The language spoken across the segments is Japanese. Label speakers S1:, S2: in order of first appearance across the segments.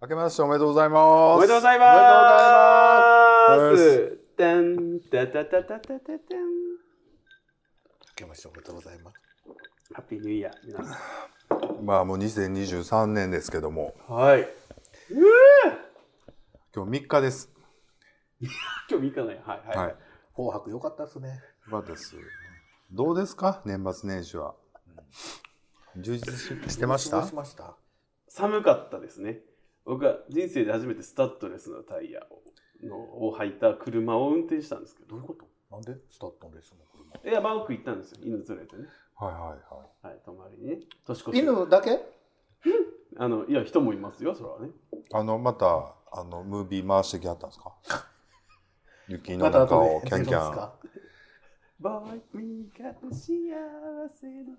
S1: 明けましておめでとうございます。
S2: おめでとうござい
S1: おめ
S2: ま。
S1: でとうございます
S2: てんたたたたたたたん。
S1: す。明けましておめでとうございます。
S2: ハッピーニューイヤー皆さ
S1: まあもう2023年ですけども、
S2: ん。はい。
S1: 今日3日です。
S2: 今日3日ね。はいはい。
S1: はい。
S3: 紅白良かったですね。
S1: まあです。どうですか年末年始は。充実ししてまし
S3: ど
S1: た
S3: うしました。
S2: 寒かったですね。僕は人生で初めてスタッドレスのタイヤをのを履いた車を運転したんですけど
S3: どういうこと？なんでスタッドレスの車？
S2: いやバンク行ったんですよ犬連れてね
S1: はいはいはい。
S2: はい泊まりにね年越し
S3: 犬だけ？
S2: あのいや人もいますよそれはね
S1: あの、また、あの、ムービー回してきはったんです か雪の
S3: また
S1: 中
S3: 後
S1: を
S3: で
S1: キャンキャン。
S2: バイクに勝つ幸せの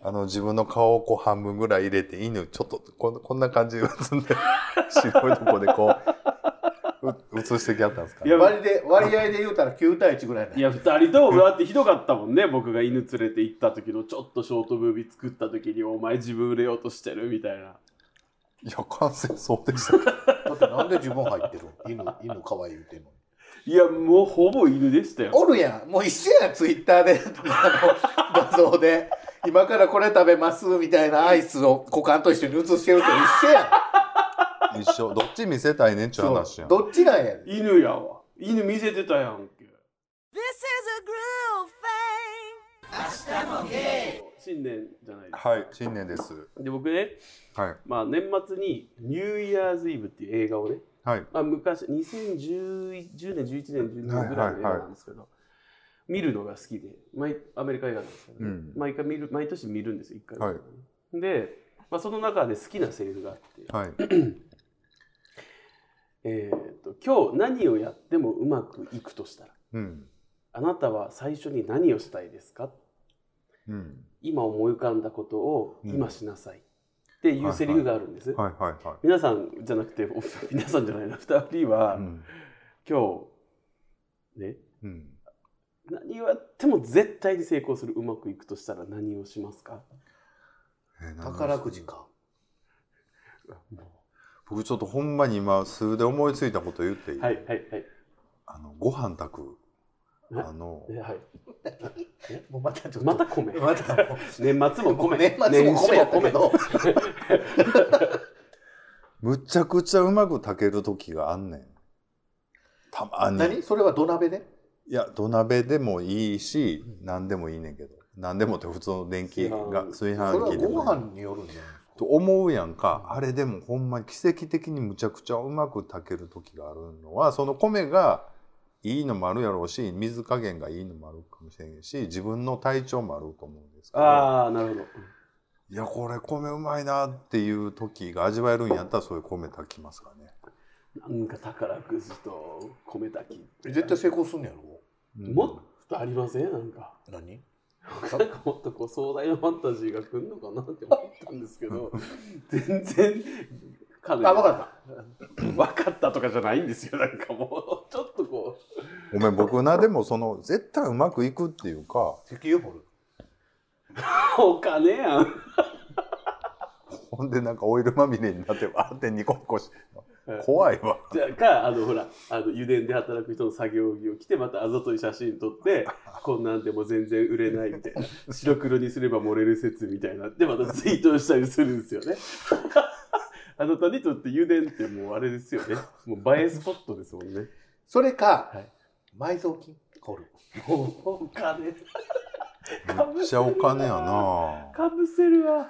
S1: あの、自分の顔をこう半分ぐらい入れて、犬、ちょっとこん、こんな感じで映 んで、白いとこでこう、う映してきはったんですか
S2: いや
S3: 割で割合で言うたら9対1ぐらい
S2: い
S3: ね。
S2: や2人ともだってひどかったもんね僕が犬連れて行った時のちょっとショートムービー作った時にお前自分売れようとしてるみたいない
S1: や、感染そうでした。
S3: だってなんで自分入ってる？犬犬可愛い言うてんのに。
S2: いやもうほぼ犬でしたよ
S3: おるやん。もう一緒やん。ツイッターで あの画像で今からこれ食べますみたいなアイスを股間と一緒に写してると一緒やん。
S1: 一緒。どっち見せたいねんちゅう話
S3: そ
S1: や。
S3: うんどっちなんやねん。
S2: 犬やわ犬見せてたやんけ
S4: This is a groove thing.
S2: 新年じゃないで
S1: はい、新年です。
S2: すで僕ね
S1: はい。
S2: まあ年末に「ニューイヤーズイブ」っていう映画をね
S1: はい。
S2: まあ、昔2010 10年11年12年ぐらいの映画なんですけど、見るのが好きで毎アメリカ映画なんですけど、ね
S1: うん
S2: 毎回見る毎年見るんですよ1
S1: は
S2: 回、で、まあ、その中で好きなセリフがあって「
S1: はい。
S2: えー、と今日何をやってもうまくいくとしたら
S1: うん。
S2: あなたは最初に何をしたいですか?
S1: うん。」
S2: 今思い浮かんだことを
S1: うん
S2: 今しなさいっていうセリフがあるんです、
S1: はいはいは。
S2: 皆さんじゃなくてお皆さんじゃないな2人はい
S1: うん。
S2: 今日ね
S1: うん。
S2: 何をやっても絶対に成功するうまくいくとしたら何をしますか
S1: えーなんだ
S3: 宝くじか。
S1: 僕ちょっとほんまに今、数で思いついたこと言っていい、
S2: はいはいはい
S1: あの、ご飯炊く。
S2: え
S1: あの、
S2: えはい
S3: もうまたちょっと
S2: また米
S3: またも
S2: 年末
S3: う
S2: も米
S3: 年末も米やったけ
S2: 年
S3: ど。
S1: むちゃくちゃうまく炊ける時があんねん。たまに。
S3: 何それは土鍋で、
S1: いや、土鍋でもいいし、何でもいいねんけど。何でもって普通の電気が炊
S3: それは
S1: 飯器で
S3: ご
S1: もいい。
S3: 飯によるんじゃないですか
S1: と思うやんか、あれでもほんまに奇跡的にむちゃくちゃうまく炊ける時があるのは、その米がいいのもあるやろうし、水加減がいいのもあるかもしれんし、自分の体調もあると思うんですけど、
S2: ああなるほど
S1: いや、これ米うまいなっていう時が味わえるんやったら、そういう米炊きますかね。
S2: なんか宝くじと米炊き
S3: 絶対成功すんのやろ
S1: うん
S2: もっとありませんなんか
S3: 何
S2: なんかもっとこう壮大なファンタジーが来るのかなって思ったんですけ ど全然か
S3: あ分か
S2: った分かったとかじゃないんですよなんかもうちょっとこ
S1: ごめん、僕な、でもその、絶対うまくいくっていうか、
S3: 石油掘る
S2: うお金やん
S1: ほんでなんかオイルまみれになってわーってニコニコして怖い わ
S2: じゃあかあのほらあの油田で働く人の作業着を着てまたあざとい写真撮 ってこんなんでも全然売れないみたいな白黒にすれば漏れる説みたいなでまたツイートしたりするんですよね あなたにとって油田ってもうあれですよねもう映えスポットですもんね
S3: それか、
S2: はい
S3: 埋蔵金掘る
S2: お金
S1: めっちゃお金やな
S2: かぶせるわ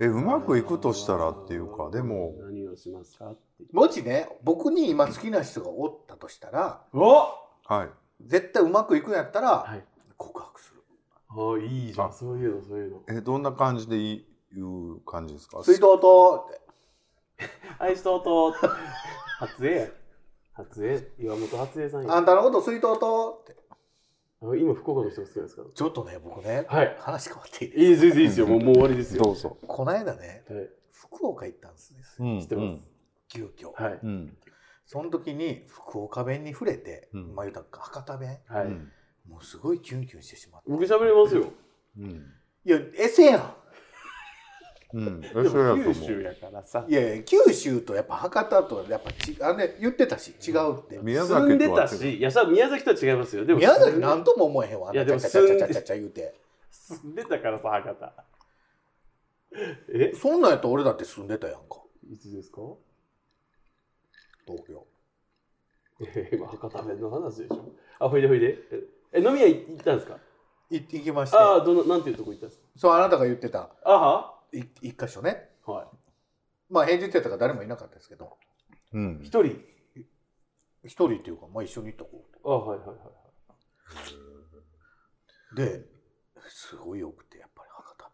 S1: えう
S2: う
S1: まくいくとしたらっていうかでも
S2: 何をしますかって
S3: もしね僕に今好きな人がおったとしたら
S2: お
S1: はい
S3: 絶対うまくいくんやったら、
S2: はい
S3: 告白する
S2: あいいじゃ
S1: あ
S2: んそういうのそういうの
S1: えどんな感じでいいう感じですか
S3: 水道とって
S2: 愛しとうと初江や初江岩本初江さんや
S3: あんたのこと水道とって
S2: あ今福岡の人が好きなんですか
S3: ちょっとね僕ね
S2: はい
S3: 話変わっていい
S2: いいですいいですいいですよもうもう終わりですよ
S1: どうぞ
S3: この間ね
S2: はい
S3: 福岡行ったんですね
S1: うん
S2: 知ってます
S3: 急遽、
S2: はい
S1: うん
S3: その時に福岡弁に触れて、
S1: うん
S3: まあ言うたら博多弁
S1: う
S2: はい
S1: ん
S3: もうすごいキュンキュンしてしまった
S2: 僕喋れますよ
S1: うん
S3: いやエセやん
S1: うん、えそ
S2: で
S1: れや
S2: も
S1: と
S2: 九
S1: 思
S2: 州
S1: う。
S2: やからさ
S3: いやいや九州とやっぱ博多とはやっぱちあれ言ってたし違うって、
S1: 宮崎とは
S2: 住んでた
S1: 違う
S2: しいやそれは宮崎とは違いますよでも
S3: 宮崎
S2: な
S3: なんとも思えへんわあん
S2: いや
S3: な
S2: で
S3: ち
S2: も
S3: ゃちゃち
S2: 住ん
S3: ゃ
S2: で
S3: ちゃちゃちゃ言うて
S2: 住んでたからさ博多え
S3: そんなんやったら俺だって住んでたやんか
S2: いつですか
S3: 東京
S2: え今博多弁の話でしょあほいでほいでえ飲み屋行ったんですか
S3: い行きまして
S2: ああどのなんていうとこ行ったんですか
S3: そうあなたが言ってた
S2: あはい
S3: 一箇所ね
S2: はい
S3: まあ返事ってたから誰もいなかったですけど
S1: うん
S2: 一。人
S3: 一人っていうか、まあ、一緒に行った子
S2: あはいはいはい
S3: ですごいよくてやっぱり博多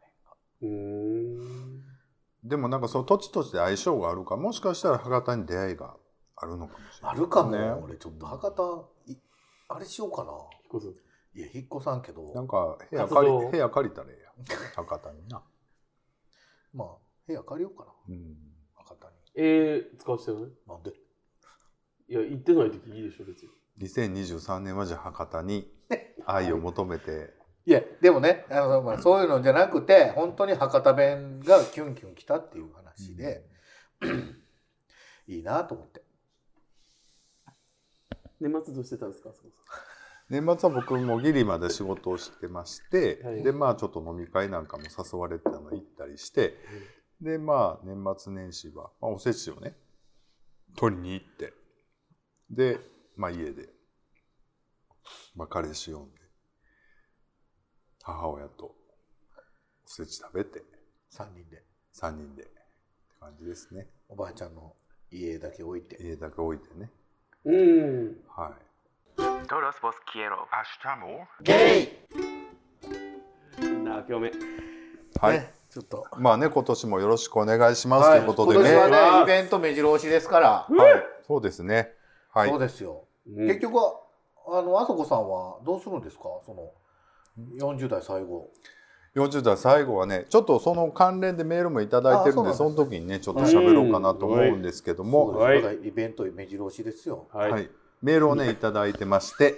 S2: う
S3: 弁が
S2: ーん
S1: でもなんかその土地として相性があるかもしかしたら博多に出会いがあるのかもしれな
S3: あ
S1: い、
S3: るかも、
S1: ね。
S3: 俺ちょっと博多いあれしようかな
S2: 彦さん
S3: いや引っ越さんけ
S1: な
S3: ど
S1: んか部屋
S2: 活
S1: 借
S2: 動
S1: り部屋借りたらええやん博多 にな。
S3: まあ部屋借りようかな
S1: うん。
S3: 博多に
S2: えー、使わせてない
S3: なんで
S2: いや行ってない時いいでしょ別に
S1: 2023年はじゃあ博多 に愛を求めて。
S3: いやでもねあの、まあ、そういうのじゃなくて本当に博多弁がキュンキュンきたっていう話で、いいなと思って
S2: 年末どうしてたんですかそもそ
S1: 年末は僕もギリまで仕事をしてまして、
S2: はい
S1: でまあちょっと飲み会なんかも誘われてたの行ったりして、でまあ年末年始は、まあ、おせちをね取りに行ってで、まあ、家で、まあ、彼氏呼んで母親とおせち食べて
S3: 3人で
S1: 3人でって感じですね
S3: おばあちゃんの家だけ置いて
S1: 家だけ置いてね
S2: ううん
S1: はい。
S5: Todos vos quiero.
S3: ゲイ、
S2: なあ今日
S1: はい
S3: ね、ちょっと
S1: まあね今年もよろしくお願いします、
S3: はい
S1: ということ
S3: 今
S1: でね
S3: 年
S2: ね
S3: はねイベント目白押しですから、
S1: はい、そうですねはい
S3: そうですよ、
S2: 目
S3: 結局はあのあそこさんはどうするんですかその40代最後
S1: 40代最後はねちょっとその関連でメールもいただいてるんで
S3: あそ
S1: そう
S3: なんですね
S1: の時にねちょっと喋ろうかなと思うんですけども、
S3: そう
S2: はい
S3: ですまだイベント目白押しですよ
S2: は、
S1: はいいメールをねいただいてまして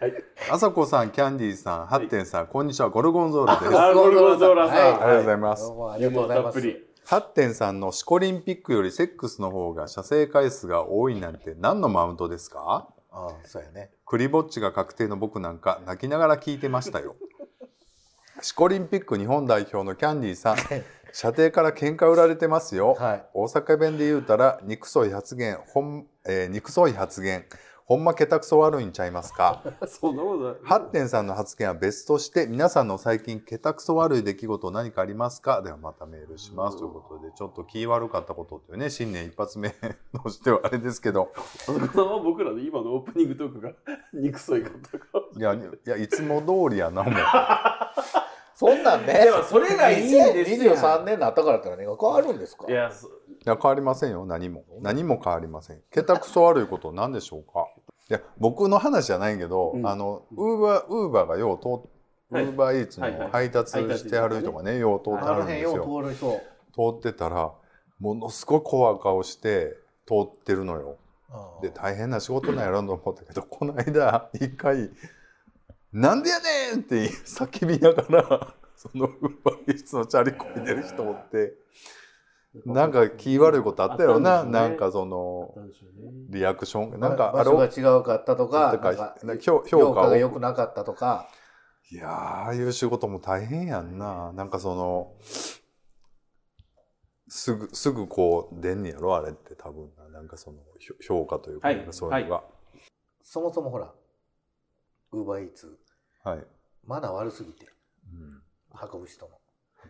S2: はい
S1: あさこさんキャンディーさんハッテンさんこんにちはゴルゴンゾーラです
S2: あゴルゴンゾーラさん
S3: はい
S1: ありがとうございます
S3: どうもあり
S2: ユ
S3: が
S2: ー
S3: と
S2: モ
S3: う
S2: ア
S3: ござい
S2: た
S3: ま
S2: っぷ
S3: す
S2: り
S1: ハッテンさんのシコリンピックよりセックスの方が射精回数が多いなんて何のマウントですか
S3: ああそうやね
S1: クリぼっちが確定の僕なんか泣きながら聞いてましたよ。 シコリンピック日本代表のキャンディーさん、射程から喧嘩売られてますよ。
S3: はい
S1: 大阪弁で言うたら肉そい発言、ほん、えー肉そい発言、ほんま下手くそ悪いんちゃいますか。
S2: そんなことない
S1: ハッテンさんの発言は別として、皆さんの最近下手くそ悪い出来事何かありますかではまたメールしますということで、ちょっと気悪かったことっていうね、新年一発目としてはあれですけど、
S2: そのまま僕らの今のオープニングトー クが憎そういことか
S1: いや、いやいつも通りやな、もう。
S3: そんなんね
S2: でもそれがいいんですよ
S3: 2023年になったからって何が変わるんですか
S2: いやそ
S1: いや変わりませんよ何も何も変わりません下手くそ悪いことなんでしょうかいや僕の話じゃないけど、
S2: うん
S1: あのウーバーウーバーがよう通ウ
S2: はい
S1: ーバーイーツ
S2: はいは
S1: の
S2: い
S1: 配達してはる人がね、よう通って
S3: あ
S1: は
S3: の
S1: るんで
S3: 辺
S1: す
S3: よ
S1: よ。
S3: う通る人
S1: 通ってたら、ものすごい怖い顔して通ってるのよ。
S3: う
S1: で、
S3: ん
S1: 大変な仕事なんやろうと思ったけど、この間、一回、なんでやねんって叫びながら、そのウーバーイーツのチャリこいでる人おって、なんか気悪いことあったやろな、
S2: あったんでしょうね
S1: なんかその、
S2: うなんでしょうね
S1: リアクションがなんか
S3: 場
S1: あれ
S3: 所が
S1: を
S3: 違うかったとか
S1: とか
S3: なんか
S1: 評評価を
S3: 評価が良くなかったとか
S1: いやーああいう仕事も大変やんななんかそのすぐすぐこう出んねやろあれって多分ななんかそのひょ評価というか、
S2: はい
S1: なんかそういうのが
S3: そもそもほらウーバーイーツ
S1: はい、
S3: マナー悪すぎて
S1: うん、
S3: 運ぶ人も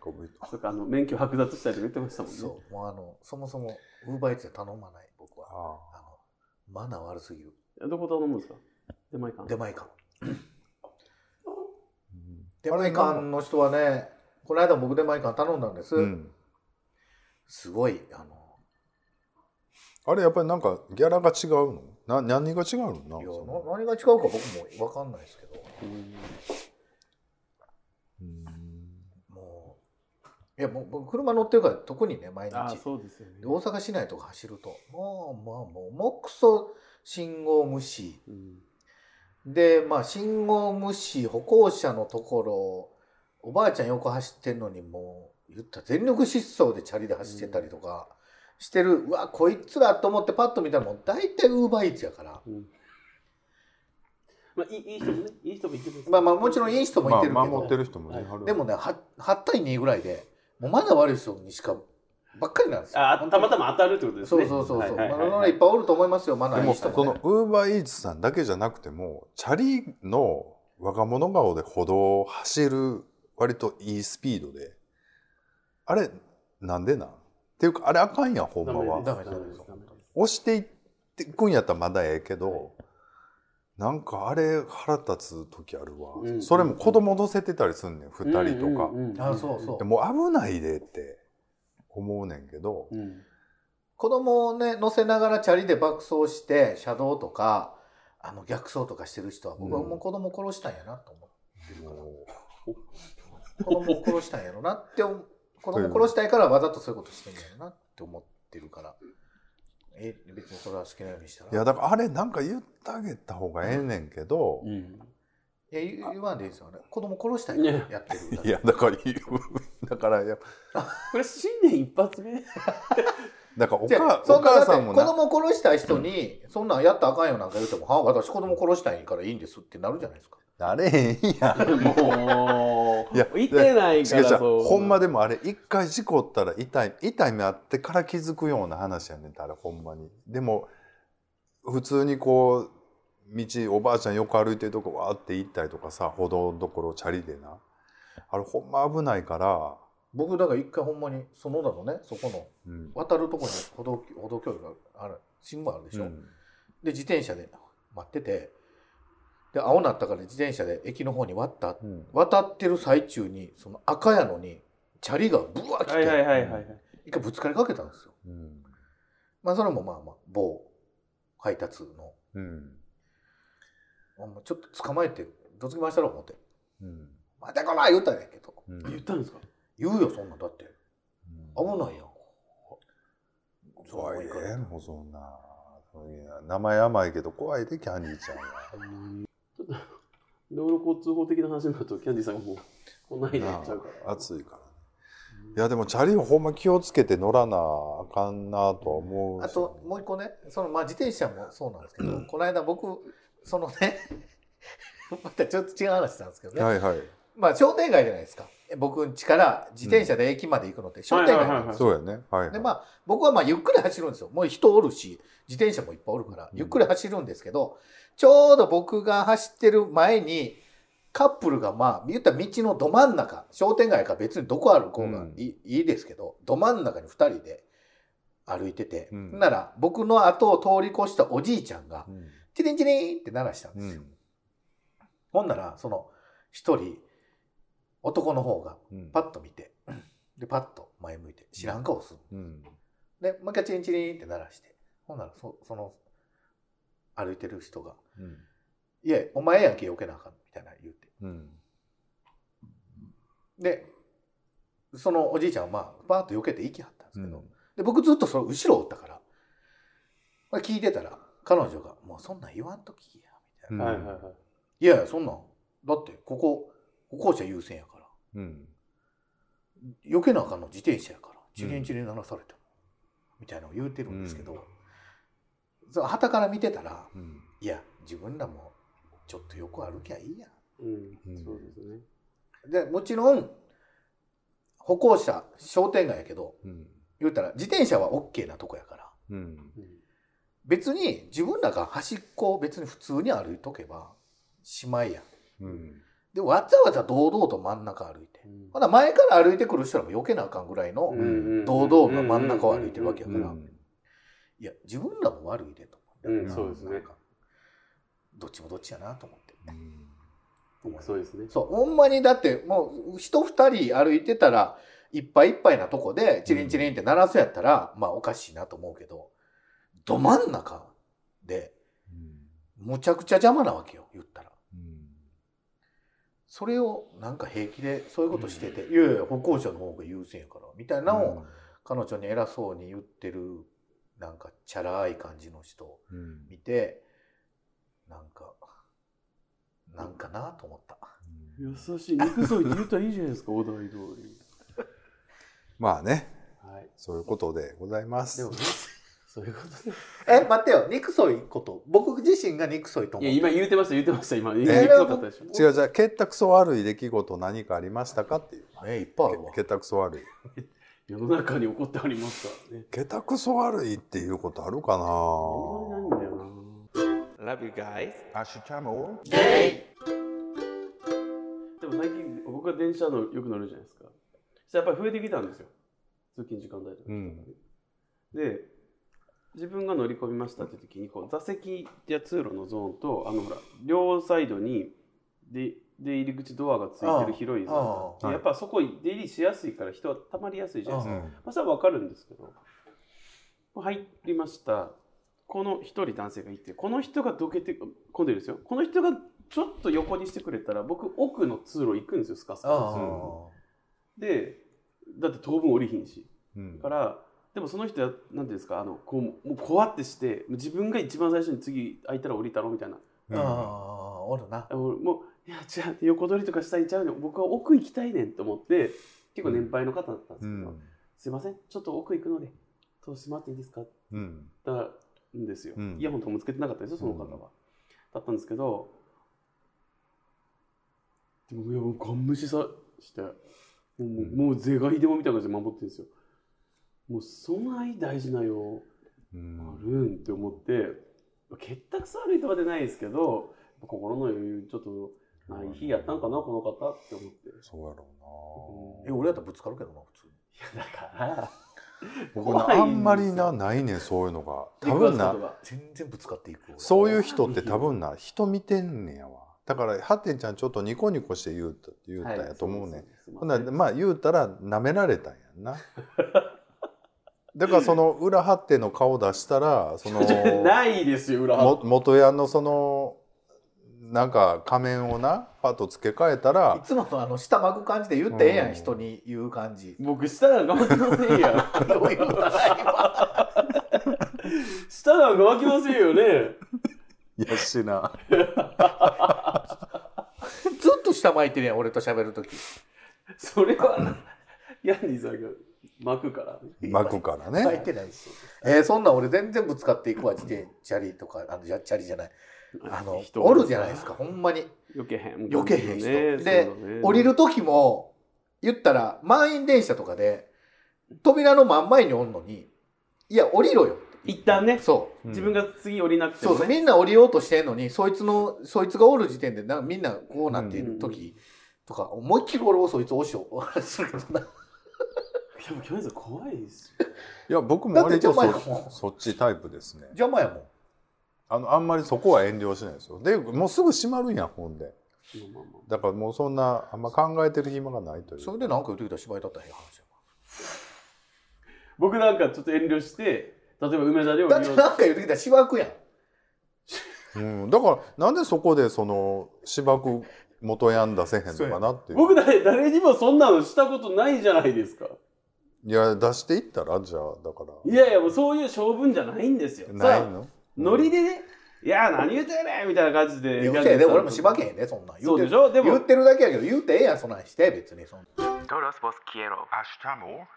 S1: 運ぶ人
S2: そっかあの免許剥奪したりとか言ってましたもんね
S3: そうもうあのそもそもウーバーイーツで頼まない僕は
S1: あ
S3: あのマナー悪すぎる
S2: どこ頼むんですか出前館
S3: 出前館
S1: ー、
S3: 出前館の人はねこの間僕出前館頼んだんです、
S1: うんうん、
S3: すごいあの
S1: あれやっぱりなんかギャラが違うのな何が違うのない
S3: や
S1: その
S3: な何が違うか僕も分かんないですけど
S2: うん
S1: うん
S3: もういやもう僕車乗ってるから特にね毎
S2: ああ
S3: 日
S2: そうですよね
S3: で大阪市内とか走るともうまあもうもうくそ信号無視
S2: うん
S3: でまあ信号無視歩行者のところをおばあちゃん横走ってんのにもう言ったら全力疾走でチャリで走ってたりとかしてる、うわこいつらと思ってパッと見たらもう大体ウーバーイーツやから
S2: うんまあ、いいいい人もね、いい人もいてます。
S3: まあまあもちろんいい人もいてるけど、
S1: まあ、守ってる人もね、
S2: は
S1: はる
S3: でもね 8, 8対2ぐらいでもうまだ悪い人にしかばっかりなんですよ
S2: あ、たまたま当たるってことです
S3: そ
S2: ね。
S3: うそうそうそう、
S2: はいはいは
S3: まあ
S2: い
S3: まだいっぱいおると思いますよマナ
S1: で
S3: ーいい
S1: も
S3: 人
S1: そ
S3: も、
S1: の
S3: ね、
S1: ウーバーイーツさんだけじゃなくてもチャリの若者顔で歩道を走る割といいスピードであれなんでなんっていうかあれあかんやんほんま
S2: ダ
S1: は
S2: メです
S3: ダメ
S2: ダ
S3: で
S2: メ
S3: す
S2: ですダメです
S1: 押していってくんやったらまだええけど、なんかあれ腹立つ時あるわ、
S2: うん
S1: それも子供乗せてたりすんねん2人とか、
S2: うんうんうん
S3: あそうそう
S1: でもう危ないでって思うねんけど、
S2: うん
S3: 子供をね乗せながらチャリで爆走して車道とかあの逆走とかしてる人は僕はもう子供殺したんやなと思
S1: も
S3: う、子供を殺したんやろなって 思う子供を殺したいからわざとそういうことしてんやろなって思ってるからえ別にこれは好きなようにしたら
S1: ういやだからあれなんか言ってあげた方がええねんけど、
S2: うん
S3: いや言言わんでいいですよね子供殺したいからやってるだけ
S1: いやだから言う だからや
S2: これ新年一発目
S1: だからお
S3: じゃ
S1: か
S3: あそ
S1: お
S3: んなだ
S1: 母
S3: って
S1: さんも
S3: 子
S1: な
S3: 供殺したい人に、そんなんやったらあかんよなんか言うても、はあ、私子供殺したいからいいんですってなるじゃないですか。
S1: なれへんやん
S2: もう
S1: いや
S2: いてない
S1: し
S2: か
S1: げ
S2: ら
S1: ちゃん
S2: そう
S1: ほんまでもあれ一回事故ったら痛い痛い目あってから気づくような話やねんってあれほんまにでも普通にこう道おばあちゃんよく歩いてるとこわーって行ったりとかさ歩道のところチャリでなあれほんま危ないから、
S3: 僕、だから一回ほんまに、そのだのね、そこの、
S1: うん
S3: 渡るとこに歩道歩道橋がある、信号あるでしょ。
S1: うん
S3: で、自転車で待ってて、で、青なったから自転車で駅の方に渡った、
S1: うん
S3: 渡ってる最中に、その赤やのに、チャリがブワー
S2: はいはい
S3: 来て、
S2: はいはい
S3: 一回ぶつかりかけたんですよ。
S1: うん
S3: まあ、それもまあまあ、某配達の、
S1: うん
S3: まあまあちょっと捕まえて、どつきましたろ、思って。
S1: うん
S3: またこら言うたんやけど。
S1: うん
S2: 言ったんですか
S3: 言うよ、そんなんだって。危ないやん。
S1: 怖い
S3: そ
S1: ね
S3: んなん
S1: もうそんな。いや名前甘いけど怖いでキャンディーちゃんは。
S2: ちょっと道路交通法的な話になるとキャンディさんがもうこんなになっちゃうから
S1: 暑いから。いやでもチャリはほんま気をつけて乗らなあかんなとは思うし。
S3: あと、もう一個ね、その、まあ、自転車もそうなんですけど、この間僕、そのね、 またちょっと違う話なんですけどね。
S1: はいはい。
S3: まあ、商店街じゃないですか。僕ん家から自転車で駅まで行くのって、商店街なんです
S1: そ
S3: よ
S1: うやね。はい、はい。
S3: でまあ、僕はまあゆっくり走るんですよ。もう人おるし、自転車もいっぱいおるから、
S1: うん
S3: ゆっくり走るんですけど、ちょうど僕が走ってる前に、カップルがまあ、言ったら道のど真ん中、商店街か別にどこある方がいい,、いいですけど、ど真ん中に2人で歩いてて、
S1: うん
S3: なら僕の後を通り越したおじいちゃんが
S1: う、ん。
S3: チリンチリンって鳴らしたんです
S1: う
S3: よ。
S1: ん。
S3: ほんなら、その1人、男の方が
S1: うん。
S3: パッと見て、で、パッと前向いて、知らん顔する。
S1: うん。
S3: で、もう一回チリンチリンって鳴らして。ほんなら、そその、歩いてる人が、
S1: うん。
S3: いや、お前やんけ、避けなあかん、みたいな言うて。
S1: うん。
S3: で、そのおじいちゃんは、まあ、バーッと避けて行きはったんですけど、
S1: うん
S3: で、僕ずっとその後ろおったから、まあ、聞いてたら、彼女が、もうそんなん言わんときや、みたいな。
S2: はいはいはい
S3: いやいや、そんなん、だって、ここ、歩行者優先やから、
S1: うん。
S3: 避けなあかんの自転車やから、チリンチリン鳴らされても、みたいなのを言うてるんですけど、そはたから見てたら、
S1: うん。
S3: いや自分らもちょっとよく歩きゃいいや
S2: うんそうですね
S3: でもちろん歩行者商店街やけど
S1: うん。
S3: 言うたら自転車は OK なとこやから
S1: うん。
S2: うん
S3: 別に自分らが端っこを別に普通に歩いとけばしまいやん
S1: うん。
S3: でわざわざ堂々と真ん中歩いてまだ前から歩いてくる人らも避けなあかんぐらいの、
S2: うん
S3: 堂々の真ん中を歩いてるわけや
S1: う
S3: か
S1: ん。
S3: らいや自分らも悪いでと思
S2: うんそうですね
S3: なんかどっちもどっちやなと思って
S1: うん
S3: 思います
S2: そうですね
S3: そう、ほんまにだって、もう、人二人歩いてたら、いっぱいいっぱいなとこで、チリンチリンって鳴らすやったら、まあ、おかしいなと思うけど、ど真ん中で、
S1: うん
S3: むちゃくちゃ邪魔なわけよ、言ったら。
S1: うん
S3: それを、なんか平気で、そういうことしてて、いやいや、歩行者の方が優先やから、みたいなのを、彼女に偉そうに言ってる、なんか、チャラい感じの人を
S1: うん
S3: 見て、なんか、なんかなと思っ
S1: う
S3: た。
S1: ん
S2: 優しい肉添いって言ったらいいじゃないですかお題通り
S1: まあね、
S2: はい。
S1: そういうことでございま
S2: ですも。ね、そういうことで
S3: え、待ってよ。肉ソイこと。僕自身が肉ソイ
S2: い
S3: と思
S2: や、
S3: う。
S2: 今言うてました、言うてました、今。言
S3: え
S2: うてなかったでしょ。
S1: 違うじゃあ、蹴ったくそ悪い出来事何かありましたかっていう。
S3: え、いっぱいあるわ
S1: 蹴。ったくそ悪い。
S2: 世の中に起こってありますからね。
S1: 蹴ったくそ悪いっていうことあるか
S2: そんなにないんだよな。
S5: Love you guys.
S1: なアシュチャモ
S2: でも最近、僕は電車のよく乗るじゃないですか。そしたらやっぱり増えてきたんですよ。通勤時間帯とか
S1: うん。
S2: で、自分が乗り込みましたって時に、こう座席や通路のゾーンと、あのほら、両サイドに、で、で入り口ドアがついてる広いゾーンがあって
S1: ああああ
S2: やっぱそこ出入りしやすいから人は溜まりやすいじゃないですか
S1: う。ん。
S2: まあ、それはわかるんですけど、入りました。この一人男性がいて、この人がどけて、混んでるんですよ。この人がちょっと横にしてくれたら、僕、奥の通路行くんですよ、スカスカの通路で、だって当分降りひんし。
S1: うん
S2: だから、でもその人は、なんていうんですか、あの、こう、もう、こわってして、もう自分が一番最初に次、空いたら降りたろ、みたいな。
S3: うん。おるな。
S2: あ俺もう、いや、違う、横取りとかしたいんちゃうねん僕は奥行きたいねんと思って、結構年配の方だったんです
S1: う
S2: けど、
S1: ん。
S2: すいません、ちょっと奥行くので、通してもらっていいですか
S1: うん。
S2: だったんですよ、
S1: うん
S2: イヤホンとかもつけてなかったですよその方は、
S1: うん
S2: だったんですけどでもいやもうガン無視さしてもう,、
S1: ん
S2: もう是が非でもみたいな感じで守ってるんですよもうそない大事なよ
S1: う
S2: あ
S1: ん。
S2: るんって思って結託さ悪いとかでないですけど心の余裕ちょっとない日やったんかなこの方って思って、
S1: そうやろ
S3: え、俺やったらぶつかるけどな、普通に。
S2: いやだから
S1: うな。僕な、
S2: 怖いんですよ
S1: あんまりな、ないねん、そういうのが。多分な、
S3: 全然ぶつかっていく。俺
S1: そういう人って多分な、人見てんねやわ。だから、ハッテンちゃんちょっとニコニコして言うた、言うたんやと思うねん。ほんならまあ言うたら舐められたんやんな。 だからその裏張っての顔出したらその
S2: ないですよ裏
S1: も元ヤンのそのなんか仮面をなパッと付け替えた
S3: い
S1: ら
S3: つものあの、下巻く感じで言ってええや
S1: うん
S3: ん、人に言う感じ。
S2: 僕下なんか巻きませんやん下なんか巻きませんよね
S1: 「いやしな
S3: ずっと下巻いてるやん、俺と喋るとき。
S2: それはヤンディさんが巻くから
S1: 巻くからね」
S3: 巻いてないし。えーそんなん俺全然ぶつかっていくわ、自転チャリとか、あの、じゃチャリじゃない。あの、おるじゃないですか、ほんまに。
S2: 避けへん
S3: 避けへん人で
S2: そうだね
S3: 降りる時も言ったら満員電車とかで扉の真ん前におんのにいや降りろよ
S2: 一旦ね
S3: そう
S1: うん
S2: 自分が次降りなくて
S3: そうそうみんな降りようとしてんのにそいつのそいつがおる時点でなんかみんなこうなっている時とか、思いっきり俺をそいつ押しようす るけどな
S2: でも去年さん怖いですよ
S1: いや僕も
S3: だって
S1: 割と
S3: 邪魔や
S1: そ
S3: もん
S1: そっちタイプですね
S3: 邪魔やもん
S1: あのあんまりそこは遠慮しないですよでもうすぐ閉まるんやほんで
S2: まあまあま
S1: だからもうそんなあんま考えてる暇がないという
S3: それでなんか言うてきたら芝居だったらええ話や
S2: あ僕なんかちょっと遠慮して例えば梅田で降
S3: だっ
S2: り
S3: て
S2: よう
S3: なんか言うてきたら芝くやん
S1: うん、だからなんでそこでその芝生元ヤン出せへんのかなっていう
S2: 僕だ誰にもそんなのしたことないじゃないですか
S1: いや出していったらじゃあだから
S2: いやいやもうそういう性分じゃないんですよ
S1: ない
S2: さあ
S1: の
S2: ノリでね、いや、何言うてんねんみたいな感じで。
S3: 言うてええで俺も芝
S2: け
S3: けへんでそんなん言
S2: そうう
S3: て
S2: でしょで
S3: 言
S2: も
S3: っ、てるだけやけど言うてええやんそんなんして別にそんなん
S5: Todos vos quiero.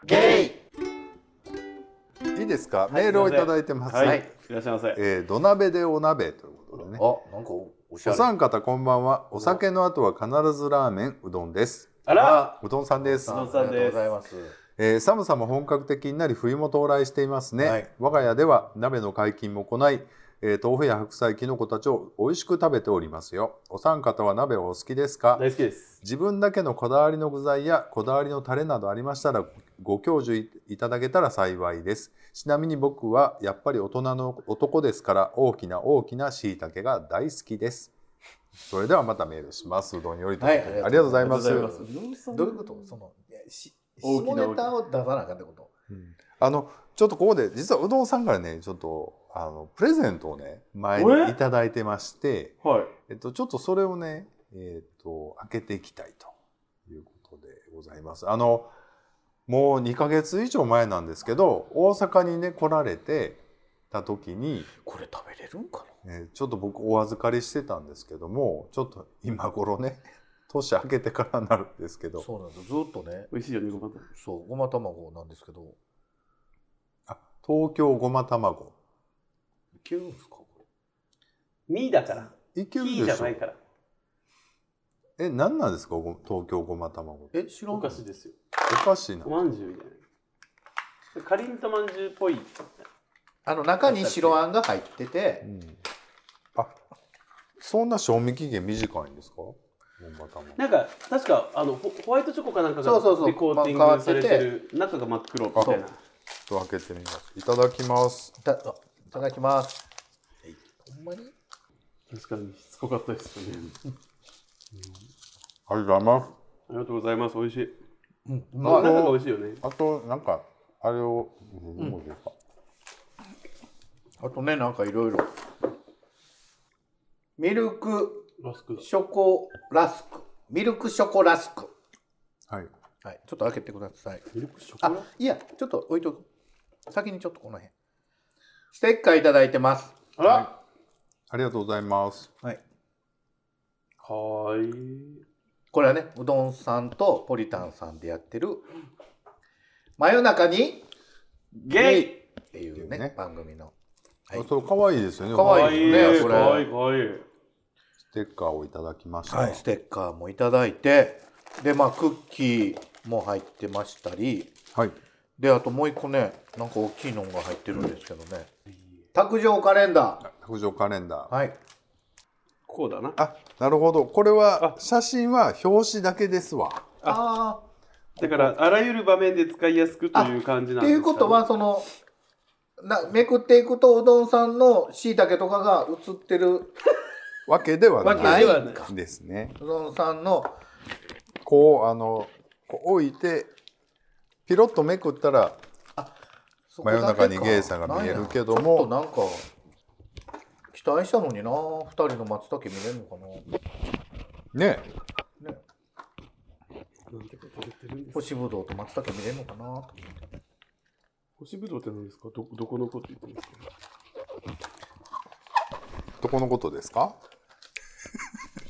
S3: ゲイ
S1: いいですか、
S2: い
S1: メールをいただいてます、
S2: は、
S1: はい
S2: いらっしゃいませ。
S1: えー土鍋でお鍋ということで
S3: あ
S1: ね
S3: なんかおおしゃ
S1: お
S3: れ
S1: 三方こんばんはお酒の後は必ずラーメンうどんです
S2: あら、
S1: うどんさんです
S2: うどん
S3: ありがとうございます。
S1: えー寒さも本格的になり冬も到来していますね、
S3: はい
S1: 我が家では鍋の解禁も行い、えー豆腐や白菜きのこたちを美味しく食べておりますよお三方は鍋お好きですか
S2: 大好きです。
S1: 自分だけのこだわりの具材やこだわりのタレなどありましたらご教授いただけたら幸いですちなみに僕はやっぱり大人の男ですから大きな大きな椎茸が大好きですそれではまたメールしますうどんよりと、
S3: はい
S1: ありがとうございます
S2: あ
S1: あり
S2: りが
S1: が
S2: と
S1: と
S2: う
S1: うご
S2: ございます。
S3: どういうことそのいやし
S2: 大き
S3: 下
S2: な
S3: ネタを出さなあかんってこと
S1: うんあのちょっとここで実はうどんさんからねちょっとあのプレゼントをね前にいただいてまして
S2: はい。
S1: えっと、ちょっとそれをね、えっと、開けていきたいということでございます。あの、もう2ヶ月以上前なんですけど、大阪にね、来られてた時に、
S3: これ食べれるんか
S1: えーちょっと僕お預かりしてたんですけども、ちょっと今頃ね、 年明けてからになるんですけど
S3: そうなんですよずっとね
S2: 美味しいよね、ごまた。
S3: そうごま卵なんですけど
S1: あ東京ごま卵
S3: いけるんですかこれ
S2: ミーだから。
S1: いけ
S2: キ
S1: る
S2: ーじ
S1: で
S2: ゃ
S1: し
S2: ない
S1: ょ
S2: から。
S1: え何なんですかご東京ごま卵
S3: え知らん
S2: お菓子ですよ。
S1: おかしいな
S2: おまんじゅうみたいな。かりんとまんじゅうっぽい。
S3: あの中に白あんが入ってて
S1: うんあそんな賞味期限短いんですかごま卵
S2: なんか、確か、あの、ホホワイトチョコかなんかが
S3: そうそうそう
S2: でコーティ
S3: まあ変
S2: ン
S3: わ
S2: グ
S3: っ
S2: さ
S3: て
S2: れ
S3: て
S2: てる。中が真っ黒みたいな。
S1: ちょっと開けてみますいただきます
S3: いたあいただきますほんまに
S2: 確かにしつこかったですよね。
S1: ありがとうございます
S2: ありがとうございます。美味しい。
S3: うんう
S2: あ、
S3: ま
S1: あ
S3: い
S2: 中が美味しいよね。
S1: あとなんかあれを、うん、どうですか
S3: あとねなんかいろいろミルク
S2: ラスクだ。
S3: ショコラスクミルクショコラスク
S1: はい
S3: はいちょっと開けてください
S2: ミルクショコ
S3: あ
S2: ラ
S3: いやちょっと置いとく先にちょっとこの辺ステッカーいただいてます
S2: あら
S1: ありがとうございます
S3: はい
S2: かわいい。
S3: これはねうどんさんとポリタンさんでやってる「真夜中に」
S2: ゲイ
S3: っていう
S1: ね
S3: ね番組のはい
S1: あそれ可愛いですよね。
S3: 可
S2: か
S3: 愛
S2: わ
S3: い
S2: い
S3: で
S2: い
S3: すね
S2: ね。
S3: こ
S2: か
S3: れ
S2: わいい、かわいい。
S1: ステッカーをいただきました。
S3: はい、ステッカーもいただいてでまあクッキーも入ってましたり
S1: はい
S3: であともう一個ねなんか大きいのが入ってるんですけどね卓上カレンダ
S1: 卓上カレンダ
S3: ー
S1: ー。
S3: はい
S2: こうだな。
S1: あ、なるほど。これは写真は表紙だけですわ。
S3: あ
S2: だから、あらゆる場面で使いやすくという感じ
S3: あ
S2: な
S3: っ
S2: んですか
S3: て
S2: ね
S3: いうことは、そのなめくっていくとうどんさんのしいたけとかが映ってる
S1: わけでは
S2: わけ
S1: な
S2: ではいない。
S1: ですね。
S3: うどんさんの
S1: こうあのこう置いてピロッとめくったら
S3: そ
S1: 真夜中にゲイさんが見えるけども
S3: なんやちょっとなんか期待したのにな2人の松茸見れるのかな
S1: ね、
S2: なんてこと言ってるんですか
S3: 干しぶどうと松茸見れるのかなと思って
S2: 干しぶどうって何ですかど、どこのこと言ってるんですか
S1: どこのことですか？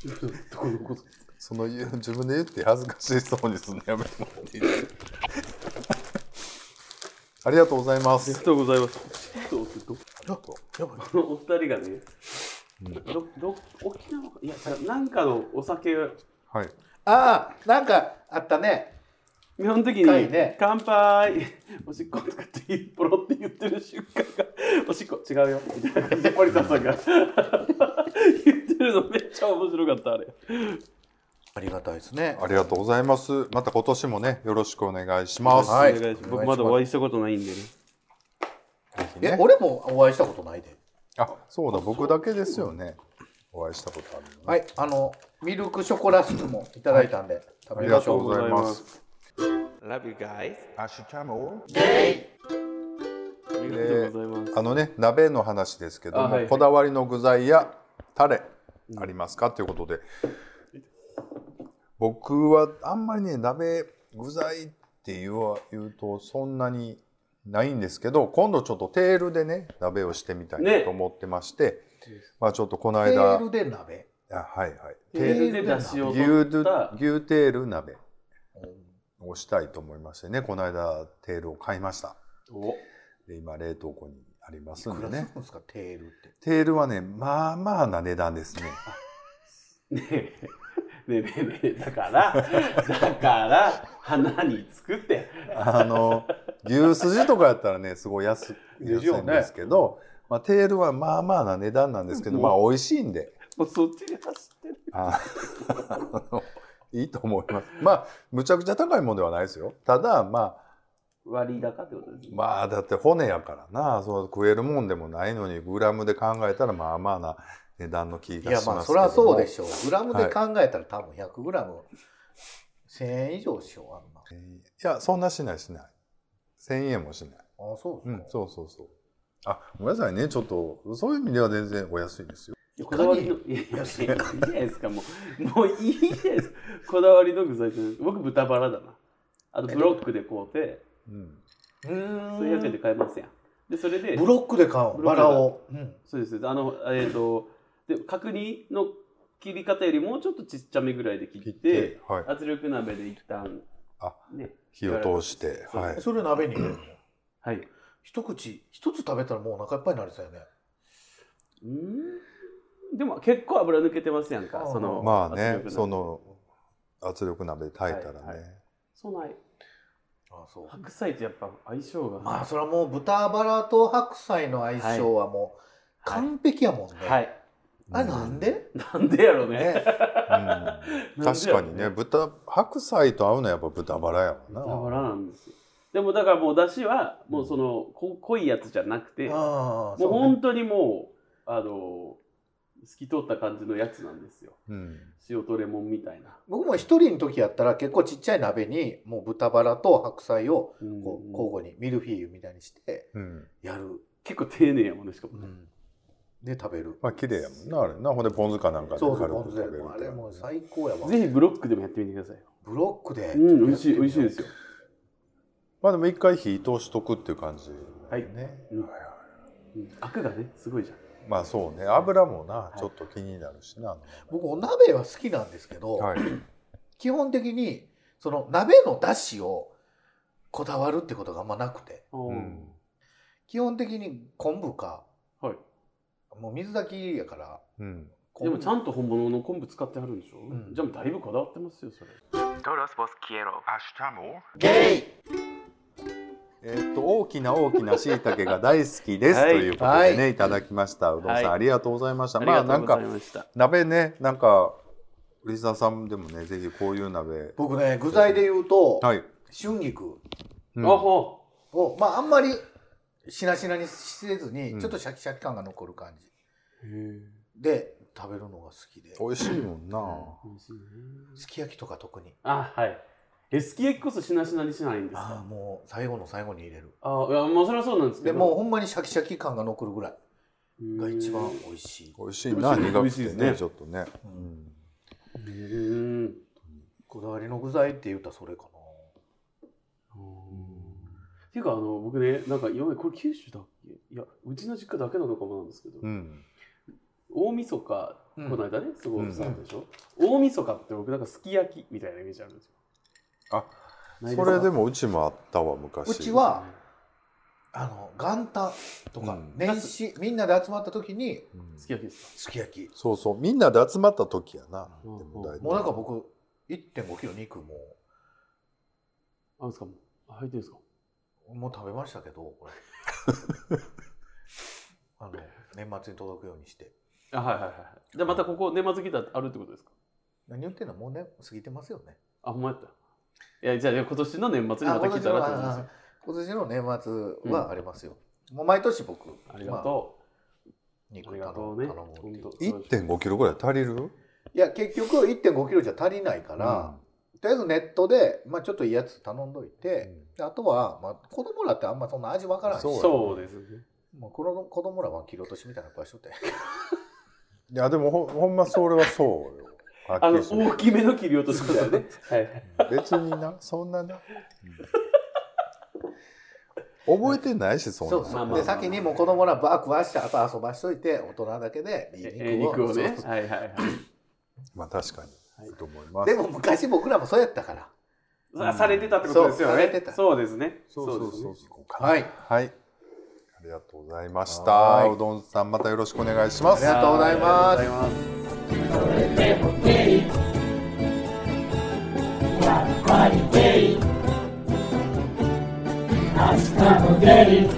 S2: どこのこと
S1: その言う自分で言って恥ずかしそうにするのやめてもらっていいですか？ありがとうございま
S2: ありが
S1: す。
S2: とうございます。どうど
S3: ちょっとやばい
S2: このお二人がね、ど、ど、沖縄かいや、違うなんかのお酒、
S1: はい。
S3: ああなんかあったね
S2: 基本的に、
S3: 深いね
S2: 乾杯 おしっことかっていう、ポロって言ってる瞬間が、 おしっこ違うよ、みたいな感じで、森田さんが言ってるのめっちゃ面白かった、あれ。
S3: ありがたいですね
S1: ありがとうございます。また今年もね、よろしくお願いします。
S3: はい
S2: お願いします僕まだお会いしたことないんでね。
S1: ぜひ
S3: え
S1: ね、
S3: 俺もお会いしたことないで
S1: あ、そうだ、僕だけですよね。お会いしたことあるのね、
S3: はいあのミルクショコラスクもいただいたんで食
S1: あ
S3: べ
S1: り
S3: ま
S1: が
S3: し
S1: とう
S3: ょう
S1: ございます。
S5: Love you guys.
S2: ありがとうございます。
S1: あのね、鍋の話ですけども、
S2: あはいはい
S1: こだわりの具材やタレありますかと、いうことで、僕はあんまりね、鍋具材って言うわ言うとそんなにないんですけど、今度ちょっとテールでね、鍋をしてみたいな
S2: ね
S1: と思ってまして、まあちょっとこの
S3: テー
S1: 間、
S3: ルで鍋
S1: あはいはい、
S2: テールで出汁を
S1: 牛
S2: 取
S1: ド
S2: った
S1: 牛テール鍋をしたいと思いましてねこの間テールを買いました
S2: お
S1: で今冷凍庫にあります
S3: い
S1: ん
S3: く
S1: で
S3: らする
S1: ね
S3: んですかテールって
S1: テールはねまあまあな値段ですね
S2: ねえねえねえねえだからだから花に作って
S1: あの牛すじとかやったらねすごい安
S3: です
S1: 安
S3: よ
S1: い
S3: ね
S1: んですけど、まあ、テールはまあまあな値段なんですけど、まあ美味しいんで
S2: もうそっちに走ってる
S1: ああの いいと思いますまあむちゃくちゃ高いもんではないですよただまあ
S2: 割高ってことですね、
S1: まあだって骨やからなそう食えるもんでもないのにグラムで考えたらまあまあな値段の気
S3: いや
S1: がし
S3: まあ
S1: ますけ
S3: そ
S1: ども
S3: りゃそうでしょうグラムで考えたら多分 100g1000 円以上しようあんな
S1: えーいやそんなしないしない1000円もしない
S3: あそ
S1: う
S3: うで
S1: ん
S3: すか、
S1: そうそうそうあごめんなさいねちょっとそういう意味では全然お安いですよ
S2: こだわりのいやいやいやいいじゃないですかもうもういいじゃないですかこだわりの具材って僕豚バラだなあとブロックで買うて
S1: うん
S3: うーん
S2: 数百円で買えますやんでそれで
S3: ブロックで買う
S2: ブロックで
S3: バラを、うん
S2: そうですあのえっ、とで角煮の切り方よりもうちょっとちっちゃめぐらいで切って
S1: 切って、はい、
S2: 圧力鍋で一旦
S1: あ
S2: ね
S1: 火を通して、はい、
S3: それを鍋に入れるの
S2: はい
S3: 一口一つ食べたらもうお腹いっぱいになりそうやね
S2: うーんでも結構油抜けてますやんか
S3: あー
S2: その
S1: まあね
S2: 圧力鍋
S1: その圧力鍋で炊いたらね、
S2: はいはそない
S3: あそう
S2: 白菜とやっぱ相性が
S3: まあそれはもう豚バラと白菜の相性はもう
S2: はい
S3: 完璧やもんね、
S2: はい
S3: あれなんで、
S2: なんでやろうね
S3: ね、
S1: うん確かにね豚白菜と合うのはやっぱ豚バラや
S2: 豚
S1: わ
S2: バ
S1: な
S2: ラなんですよでもだからもう出汁はもうそのこ濃いやつじゃなくても
S3: ああ
S2: う
S3: そうね
S2: 本当にもうあの透き通った感じのやつなんですよ
S1: うん
S2: 塩とレモンみたいな
S3: 僕も一人の時やったら結構ちっちゃい鍋にもう豚バラと白菜をこう交互にミルフィーユみたいにして
S1: うん
S3: やる、
S2: 結構丁寧やもんねしかもね、
S3: で食べる
S1: まあ綺麗やもんなあれなほんでポン酢かなんかで
S3: そうそう
S1: 軽
S3: ポ
S1: く
S3: ン
S1: 食
S3: 酢
S1: べる
S3: やもんあ
S1: と
S3: れもう最高やわ
S2: ぜひブロックでもやってみてください
S3: ブロックで
S2: うん美味しい美味しいです
S3: よ
S2: よ
S1: まあでも一回火通しとくっていう感じ
S2: はい
S1: ね、
S2: うんうんアクがねすごいじゃん
S1: まあそうね油もないちょっと気になるしな、
S3: 僕お鍋は好きなんですけど、
S1: はい、
S3: 基本的にその鍋の出汁をこだわるってことがあんまなくて
S1: うん
S3: 基本的に昆布か
S2: はい
S3: もう水炊きやから
S1: うん、
S2: でもちゃ
S3: ん
S2: んと本物の昆布使ってあるんでしょ、
S3: うん
S2: じゃあもうだいぶこだわってますよそれ
S5: Todos vos quiero.
S3: ゲイ
S1: えっと大きな大きな椎茸が大好きです、
S2: は
S1: と
S2: い
S1: いうことでね、、
S3: はい
S1: ただきましたうどんさん、
S2: はい
S1: ありがとうございました
S2: あり
S1: まあな
S2: がと
S1: ん
S2: うござ
S1: か
S2: いました、
S1: 鍋ねなんかリスナーさんでもねぜひこういう鍋
S3: 僕ね具材で言うと、
S1: はい、
S3: 春菊
S1: うん
S2: あほ
S3: をまああんまりしなしなにせずに、
S1: うん
S3: ちょっとシャキシャキ感が残る感じ
S2: へえ
S3: で食べるのが好きで
S1: 美味しいもんな、
S2: 美味しいね
S3: すき焼きとか特に
S2: あはいえすき焼きこそしなしなにしないんです
S3: ああ
S2: か
S3: もう最後の最後に入れる
S2: あいやまあそれはそうなんですけ
S3: で
S2: ど
S3: もうほんまにシャキシャキ感が残るぐらいが
S2: が
S3: 一番美味しい、
S1: 美味しいな
S2: 美
S1: 苦
S2: 味しい美
S1: く
S2: 味しい
S1: て
S2: で
S1: ね
S2: すね
S1: ちょっとね、
S3: う
S1: うんん、
S2: うん
S3: こだわりの具材って言うたらそれかな
S2: っていうかあの僕ねなんか今までこれ九州だっけいやうちの実家だけなのかもなんですけど、
S1: うん、
S2: 大晦日
S3: うん
S2: この間ねすごいさんでしょ、大晦日って僕なんかすき焼きみたいなイメージあるんですよ
S1: あ
S2: ない
S1: そ
S2: すか
S1: れでもうちもあったわ昔
S3: うちはあの元旦とか
S1: うん
S3: 年始、みんなで集まった時に
S1: うん
S2: すき焼きです
S3: すき焼き
S1: そうそうみんなで集まった時やな、
S2: うん
S1: でも大体
S3: もうなんか僕1.5キロ肉も
S2: かあんですかもう入ってるんですか
S3: もう食べましたけど これあの年末に届くようにして
S2: あはいはいはいはいじゃあまたここ年末ギターあるってことですか
S3: 何言ってんのもうね過ぎてますよね
S2: あほんまやったいやじゃあ今年の年末にまたギターあるってことですよ
S3: 今年の年末はありますよ、もう毎年僕
S2: ありがと
S3: まあ肉
S2: あり
S3: 頼
S2: がと
S3: む
S2: うね
S3: 頼むっていう
S2: 本
S1: 1.5キロぐらい足りる
S3: いや結局1.5キロじゃ足りないから、とりあえずネットで、まあ、ちょっといいやつ頼んどいて、であとは、まあ、子供らってあんまそんな味わからんし
S1: そう
S2: う
S1: や
S2: そうですね
S3: もうこの子供らは切り落としみたいな声し とって
S1: いやでもほほんまそれはそうよ
S2: あの
S1: はっきりし
S2: 大きめの切り落としみたいなねはい
S1: て別になそんなな、うん覚えてないしそんな
S3: そうそう、
S2: まあまあまあ
S3: で先にもう子供らバー食わしてあと遊ばしといて大人だけでいい
S2: ええ肉をね
S3: そう
S2: はいはいはい
S1: まあ確かに、
S2: はい
S1: いいと思います
S3: でも昔僕らもそうやったから
S2: さされてたってことですよ
S3: そうされ
S2: ね
S3: てた
S2: そうですね
S1: そう
S2: ですね
S1: そうか
S3: はい
S1: はいありがとうございまし
S3: は
S1: た
S3: いう
S1: どんさんまたよろしくお願いします
S3: ありがとうございます
S2: ありがとうございます
S6: ゲイ